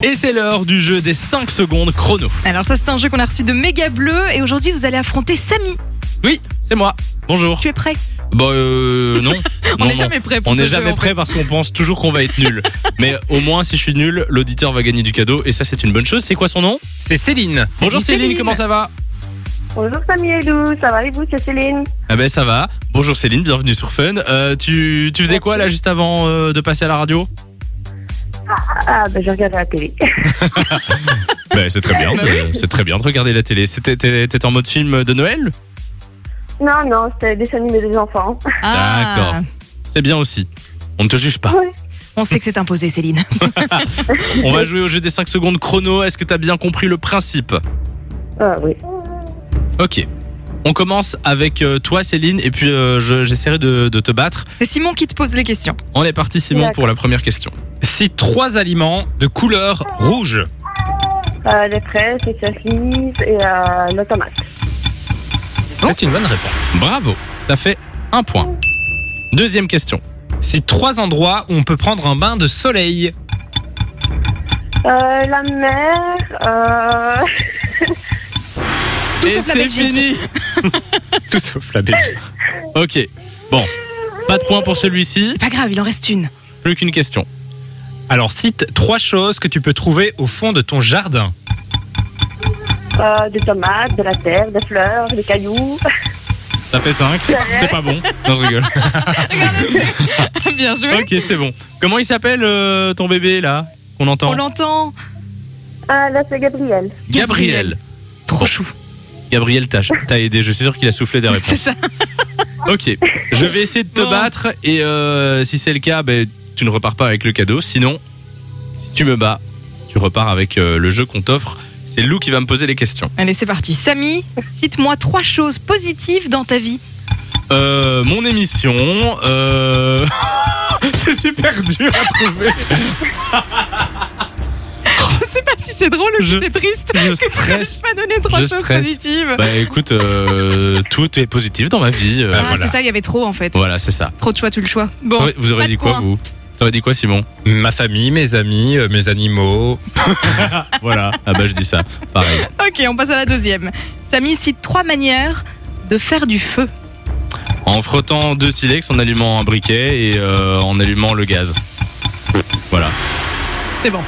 Et c'est l'heure du jeu des 5 secondes chrono. Alors ça c'est un jeu qu'on a reçu de Méga Bleu et aujourd'hui vous allez affronter Samy. Oui, c'est moi. Bonjour. Tu es prêt Bah euh, non. On Non, n'est jamais prêt pour on ce n'est jeu, jamais en prêt parce qu'on pense toujours qu'on va être nul. Mais au moins si je suis nul, l'auditeur va gagner du cadeau et ça c'est une bonne chose. C'est quoi son nom C'est Céline. Bonjour Céline, Céline. comment ça va Bonjour Samuel Lou, ça va et vous, c'est Céline Ah ben ça va. Bonjour Céline, bienvenue sur Fun. Euh, tu, tu faisais quoi là juste avant euh, de passer à la radio Ah, ben je regarde la télé. Ben c'est très bien. Bah oui. euh, c'est très bien de regarder la télé. C'était t'es- t'es en mode film de Noël Non, non, c'était des animés des enfants. Ah, D'accord. C'est bien aussi. On ne te juge pas. Ah On sait que c'est imposé Céline. On va jouer au jeu des 5 secondes chrono. Est-ce que t'as bien compris le principe Ah oui. Ok. On commence avec euh, toi, Céline, et puis euh, je- j'essaierai de, de te battre. C'est Simon qui te pose les questions. On est parti, Simon, D'accord. pour la première question. Ces trois aliments de couleur rouge. Euh, les fraises, les chassis et euh, la tomate. C'est une bonne réponse. Bravo, ça fait un point. Deuxième question. C'est trois endroits où on peut prendre un bain de soleil. Euh, la mer, euh, Tout et sauf la c'est Belgique. fini Tout sauf la Belgique. Ok, bon. Pas de point pour celui-ci, C'est pas grave, il en reste une. plus qu'une question. Alors cite trois choses que tu peux trouver au fond de ton jardin. euh, des tomates, de la terre, des fleurs, des cailloux. Ça fait 5, c'est pas bon. Non, je rigole. Bien joué. Ok, c'est bon. Comment il s'appelle euh, ton bébé là qu'on entend On l'entend. Ah, là c'est Gabriel. Gabriel. Trop chou. Gabriel t'a t'a aidé, je suis sûr qu'il a soufflé des C'est réponses. ça. Ok, je vais essayer de te Bon. battre et euh, si c'est le cas, ben, tu ne repars pas avec le cadeau. Sinon, si tu me bats, tu repars avec euh, le jeu qu'on t'offre. C'est Lou qui va me poser les questions. Allez, c'est parti. Samy, cite-moi trois choses positives dans ta vie. Euh, mon émission, euh... c'est super dur à trouver. Je sais pas si c'est drôle ou Je- si c'est triste. je que tu stresse. n'arrives pas à donner trois Je choses stresse. positives. Bah écoute, euh, tout est positif dans ma vie. euh, ah, voilà, c'est ça, il y avait trop en fait. voilà c'est ça. Trop de choix, tu le choix. Bon. T'aurais- vous aurez pas de dit quoi points. vous T'aurais dit quoi Simon Ma famille, mes amis, euh, mes animaux. Voilà. Ah bah je dis ça, pareil. Ok, on passe à la deuxième. Samy, cite trois manières de faire du feu. En frottant deux silex, en allumant un briquet et euh, en allumant le gaz. Voilà. C'est bon.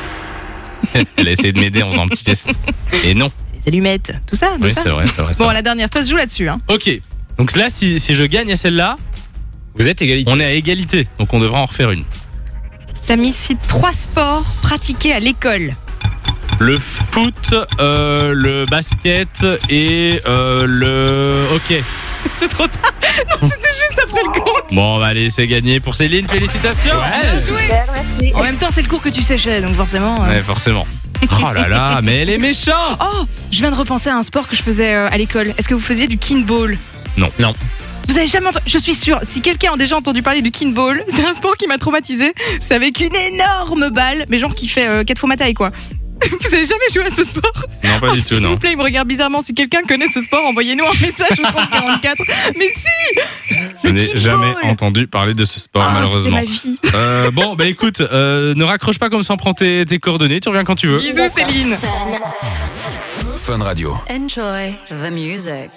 Elle a essayé de m'aider en faisant un petit geste. Et non. Les allumettes, tout ça, tout Oui, ça. c'est vrai, c'est vrai. c'est Bon, vrai. la dernière, ça se joue là-dessus. Hein. Ok. Donc là, si, si je gagne à celle-là, Vous êtes égalité. on est à égalité. Donc on devra en refaire une. Samy cite trois sports pratiqués à l'école. Le foot, euh, le basket et euh, le hockey. C'est trop tard. Non, c'était juste après le cours. Bon, bah, allez, c'est gagné pour Céline. Félicitations. Super, merci. En même temps, c'est le cours que tu séchais, donc forcément. euh. Ouais, forcément. Oh là là, mais elle est méchante. Oh, je viens de repenser à un sport que je faisais euh, à l'école. Est-ce que vous faisiez du kinball Non. Non. Vous avez jamais entendu Je suis sûre, si quelqu'un a déjà entendu parler du kinball, c'est un sport qui m'a traumatisé. C'est avec une énorme balle, mais genre qui fait euh, quatre fois ma taille, quoi. Vous avez jamais joué à ce sport Non, pas Oh, du tout, S'il vous non. plaît, il me regarde bizarrement. Si quelqu'un connaît ce sport, envoyez-nous un message au 3044. Mais si Je Le n'ai kickball. jamais entendu parler de ce sport, Oh, Ah, c'était malheureusement. ma vie. Euh, bon, bah écoute, euh, ne raccroche pas comme ça, prends tes, tes coordonnées, tu reviens quand tu veux. Bisous, Céline. Enjoy the music.